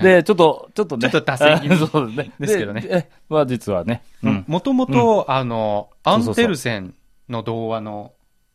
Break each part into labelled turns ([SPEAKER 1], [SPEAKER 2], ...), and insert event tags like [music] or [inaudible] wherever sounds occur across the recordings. [SPEAKER 1] で、ちょっと、ちょっとね。
[SPEAKER 2] ちょっと脱線気
[SPEAKER 1] [laughs]
[SPEAKER 2] 味
[SPEAKER 1] そうですね。
[SPEAKER 2] [laughs] ですけどね
[SPEAKER 1] え、まあ実はね。うん。
[SPEAKER 2] もともと、あの、ア
[SPEAKER 1] うそうそう
[SPEAKER 2] ンテルセンの童話の、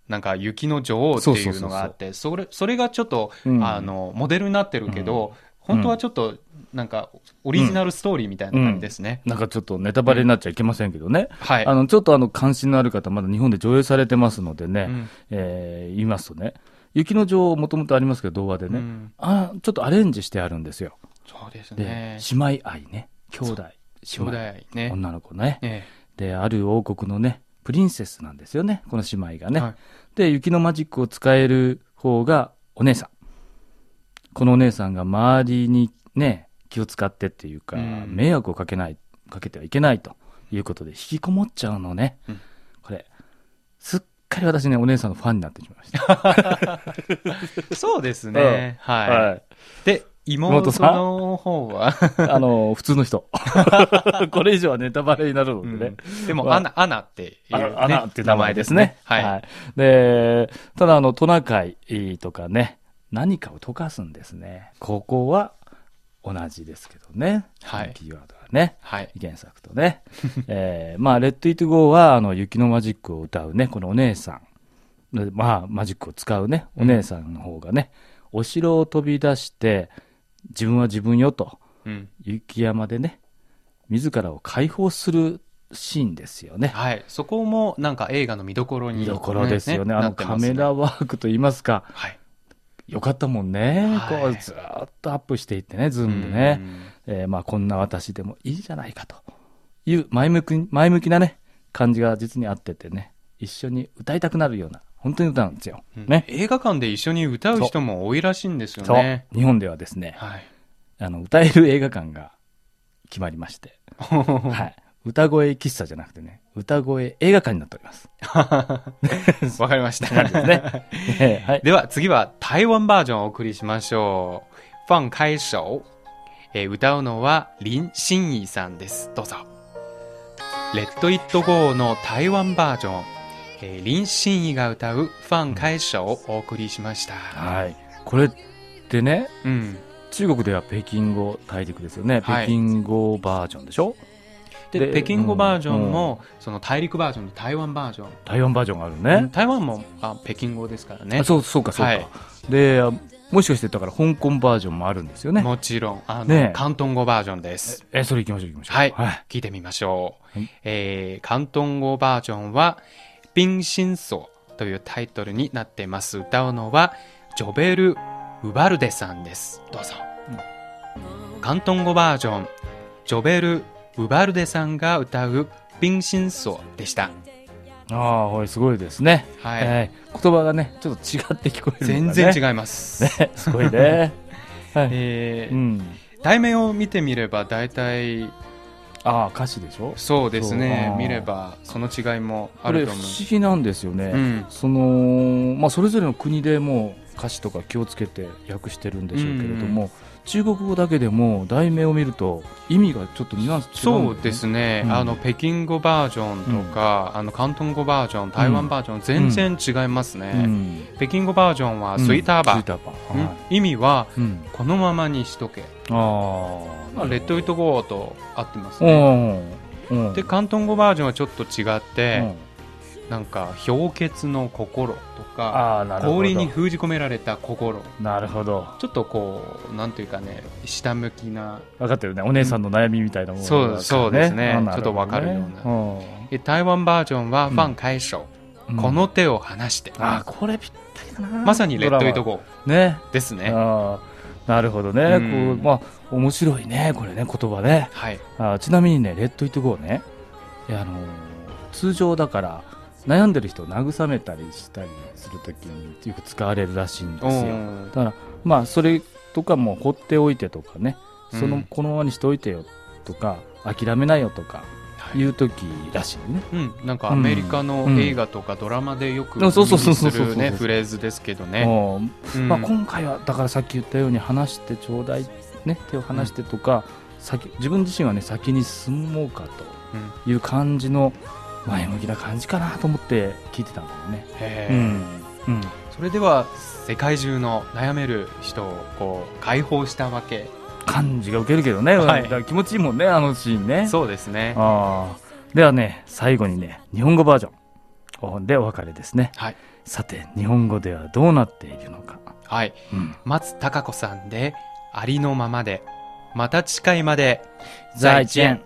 [SPEAKER 2] なんか、雪の女王って
[SPEAKER 1] そう
[SPEAKER 2] い
[SPEAKER 1] そう
[SPEAKER 2] う
[SPEAKER 1] そ
[SPEAKER 2] の
[SPEAKER 1] うそう
[SPEAKER 2] があって、それ、それがちょっと、
[SPEAKER 1] うん
[SPEAKER 2] あの、モデルになってるけど、本当はちょっと、なんか、オリジナルストーリーみたいな感じですね。
[SPEAKER 1] なんかちょっとネタバレになっちゃいけませんけどね。
[SPEAKER 2] はい
[SPEAKER 1] あ。の、ちょっとあの、関心のある方、まだ日本で上映されてますのでね、
[SPEAKER 2] うん
[SPEAKER 1] えー言いますとね、雪の女王もともとありますけど、童話でね、
[SPEAKER 2] うん
[SPEAKER 1] あ、ちょっとアレンジしてあるんですよ。
[SPEAKER 2] そうです
[SPEAKER 1] で、
[SPEAKER 2] ね。
[SPEAKER 1] 姉妹愛ね、兄弟、
[SPEAKER 2] 兄弟ね。
[SPEAKER 1] 女の子ね。
[SPEAKER 2] え
[SPEAKER 1] で、ある王国のね、プリンセスなんですよね、この姉妹が
[SPEAKER 2] え
[SPEAKER 1] ね。
[SPEAKER 2] はい
[SPEAKER 1] で、雪のマジックを使える方がお姉さん。このお姉さんが周りにね、気を使ってっていうか、
[SPEAKER 2] うん
[SPEAKER 1] 迷惑をかけない、かけてはいけないということで、引きこもっちゃうのね。
[SPEAKER 2] うん
[SPEAKER 1] これ、すっかり私ね、お姉さんのファンになってしまいました。
[SPEAKER 2] そうですね。はい。
[SPEAKER 1] い。
[SPEAKER 2] で、
[SPEAKER 1] 妹
[SPEAKER 2] 妹
[SPEAKER 1] さん
[SPEAKER 2] の方は、
[SPEAKER 1] あの、普通の
[SPEAKER 2] [laughs]
[SPEAKER 1] 人。これ以上はネタバレになるのでね。
[SPEAKER 2] うんでも、
[SPEAKER 1] まあ
[SPEAKER 2] アナ、アナっていう、
[SPEAKER 1] あ
[SPEAKER 2] ね
[SPEAKER 1] のアナっていう名前ですね。
[SPEAKER 2] はい。
[SPEAKER 1] で、ただあの、トナカイとかね、何かを溶かすんですね。ここは同じですけどね。
[SPEAKER 2] はい
[SPEAKER 1] キーワードがね。
[SPEAKER 2] はい。
[SPEAKER 1] 原作とね。 [laughs] えーまあ、レッド・イート・ゴーは、あの、雪のマジックを歌うね、このお姉さん。でまあ、マジックを使うね、お姉さんの方がね、お城を飛び出して、自分は自分よと、
[SPEAKER 2] うん。
[SPEAKER 1] 雪山でね、自らを解放するシーンですよね。
[SPEAKER 2] はい。そこも、なんか映画の見どころに、
[SPEAKER 1] 見どころですよね。あ
[SPEAKER 2] な
[SPEAKER 1] の
[SPEAKER 2] って
[SPEAKER 1] カ
[SPEAKER 2] ますね
[SPEAKER 1] メラワークといいますか、
[SPEAKER 2] はい。
[SPEAKER 1] よかったもんね。
[SPEAKER 2] はい
[SPEAKER 1] こうずーっとアップしていってね、ズームでね
[SPEAKER 2] う。ん
[SPEAKER 1] えーまあこんな私でもいいじゃないかという前向き前向きなね、感じが実にあっててね、一緒に歌いたくなるような、本当に歌なんですよ。
[SPEAKER 2] うん
[SPEAKER 1] ね。
[SPEAKER 2] 映画館で一緒に歌う人も多いらしいんですよ
[SPEAKER 1] そう
[SPEAKER 2] ね。。
[SPEAKER 1] 日本ではですね、 [laughs]
[SPEAKER 2] はい。
[SPEAKER 1] あの、歌える映画館が決まりま
[SPEAKER 2] [laughs]
[SPEAKER 1] して、
[SPEAKER 2] わ
[SPEAKER 1] はい。歌声喫茶じゃなくてね、歌声映画館になっております。
[SPEAKER 2] かりました。
[SPEAKER 1] 感じですね。えーはい。
[SPEAKER 2] [laughs] では次は台湾バージョンをお送りしましょう。放開手。えー歌うのは林心怡さんです。どうぞ。レッド・イット・ゴーの台湾バージョン。えー林心怡が歌う放開手をお送りしました。
[SPEAKER 1] はい。これってね、
[SPEAKER 2] うん。
[SPEAKER 1] 中国では北京語大陸ですよね、
[SPEAKER 2] はい
[SPEAKER 1] 北京語バージョンでしょ
[SPEAKER 2] で、北京語バージョン、
[SPEAKER 1] うんうん
[SPEAKER 2] も、その大陸バージョンと台湾バージョン。
[SPEAKER 1] 台湾バージョンがあるね、
[SPEAKER 2] 台湾もあ北京語ですからね
[SPEAKER 1] あ。そうそうかそうか、
[SPEAKER 2] はい
[SPEAKER 1] であもしかしてだから香港バージョンもあるんですよね
[SPEAKER 2] もちろん、あの、
[SPEAKER 1] ねえ
[SPEAKER 2] 広東語バージョンです。
[SPEAKER 1] えそれ行きましょう行きましょう
[SPEAKER 2] はい
[SPEAKER 1] はい、
[SPEAKER 2] 聞いてみましょう。
[SPEAKER 1] はい
[SPEAKER 2] えー、広東語バージョンは、冰心荘というタイトルになっています。歌うのは、ジョベル・ウバルデさんです。どうぞ。広東語バージョン、ジョベル・ウバルデさんが歌う冰心荘でした。
[SPEAKER 1] ああはいすごいですね、
[SPEAKER 2] はい。
[SPEAKER 1] えー言葉がねちょっと違って聞こえるの
[SPEAKER 2] 全
[SPEAKER 1] がね
[SPEAKER 2] 然違います。
[SPEAKER 1] ねすごいね、はい
[SPEAKER 2] えー
[SPEAKER 1] うん、
[SPEAKER 2] 題名を見てみれば大体
[SPEAKER 1] ああ歌詞でしょ
[SPEAKER 2] そうです
[SPEAKER 1] そ
[SPEAKER 2] ね
[SPEAKER 1] う
[SPEAKER 2] 見ればその違いもあ
[SPEAKER 1] これ
[SPEAKER 2] る
[SPEAKER 1] 不
[SPEAKER 2] と思
[SPEAKER 1] 思
[SPEAKER 2] う
[SPEAKER 1] 議なんですよね、
[SPEAKER 2] うん
[SPEAKER 1] そのまあ、それぞれの国でもう歌詞とか気をつけて訳してるんでしょうけれども、中国語だけでも題名を見ると意味がちょっとニュアンス違うん
[SPEAKER 2] そうですね、
[SPEAKER 1] うん
[SPEAKER 2] あの北京語バージョンとか、あの広東語バージョン、台湾バージョン、全然違いますね、
[SPEAKER 1] うん
[SPEAKER 2] 北京語バージョンはスイーター
[SPEAKER 1] うん
[SPEAKER 2] バ
[SPEAKER 1] スイ
[SPEAKER 2] ー、
[SPEAKER 1] ターバー
[SPEAKER 2] うん
[SPEAKER 1] はい
[SPEAKER 2] 意味は
[SPEAKER 1] うん
[SPEAKER 2] このままにしとけ、
[SPEAKER 1] ああ
[SPEAKER 2] まあ、レッド・イット・ゴーと合ってます
[SPEAKER 1] う
[SPEAKER 2] ね。
[SPEAKER 1] んうん
[SPEAKER 2] で広東語バージョンはちょっと違っ
[SPEAKER 1] う
[SPEAKER 2] て、
[SPEAKER 1] ん
[SPEAKER 2] なんか氷結の心とか
[SPEAKER 1] ああなるほど
[SPEAKER 2] 氷に封じ込められた心
[SPEAKER 1] なるほど
[SPEAKER 2] ちょっとこうなんていうかね下向きな
[SPEAKER 1] 分かってるねお姉さんの悩みみたいなもの
[SPEAKER 2] そう
[SPEAKER 1] だから
[SPEAKER 2] そうですね
[SPEAKER 1] あなほど
[SPEAKER 2] ちょっとわかるような
[SPEAKER 1] う
[SPEAKER 2] で台湾バージョンは
[SPEAKER 1] うん
[SPEAKER 2] ファン解消、
[SPEAKER 1] ん
[SPEAKER 2] この手を離して、
[SPEAKER 1] ああこれぴったりだな
[SPEAKER 2] まさにレッド・イット・
[SPEAKER 1] ゴ
[SPEAKER 2] ゴー
[SPEAKER 1] ね
[SPEAKER 2] ですね。
[SPEAKER 1] ああなるほどね、
[SPEAKER 2] うん
[SPEAKER 1] こうまあ面白いねこれね言葉ね
[SPEAKER 2] はい。
[SPEAKER 1] あちなみにね「レッド・イット・ゴーね」いやあのー通常だから悩んでる人を慰めたりしたりするときによく使われるらしいんですよだからまあそれとかも放っておいてとかねその、
[SPEAKER 2] うん
[SPEAKER 1] このままにしておいてよとか諦めないよとか
[SPEAKER 2] はい
[SPEAKER 1] いう時らしいね、
[SPEAKER 2] うん、なんかアメリカの映画とかドラマでよく
[SPEAKER 1] うん
[SPEAKER 2] 耳
[SPEAKER 1] そうそう
[SPEAKER 2] に
[SPEAKER 1] そうそう
[SPEAKER 2] す
[SPEAKER 1] そう
[SPEAKER 2] るねフレーズですけどね。
[SPEAKER 1] もう
[SPEAKER 2] う
[SPEAKER 1] んまあ、今回はだからさっき言ったように話してちょうだい、ね、手を離してとか、先自分自身はね先に進もうか
[SPEAKER 2] うん
[SPEAKER 1] という感じの前向きな感じかなと思って聞いてたんだよね。
[SPEAKER 2] へ
[SPEAKER 1] う
[SPEAKER 2] ー
[SPEAKER 1] んうん、
[SPEAKER 2] それでは世界中の悩める人をこう解放したわけ
[SPEAKER 1] 感じが受けるけどね、
[SPEAKER 2] はい
[SPEAKER 1] だから気持ちいいもんねあのシーンね
[SPEAKER 2] そうですね。
[SPEAKER 1] あーではね最後にね日本語バージョンでお別れですね
[SPEAKER 2] はい。
[SPEAKER 1] さて日本語ではどうなっているのか、
[SPEAKER 2] はい。
[SPEAKER 1] うん、
[SPEAKER 2] 松たか子さんで、ありのままで、また近いまで、
[SPEAKER 1] 在地園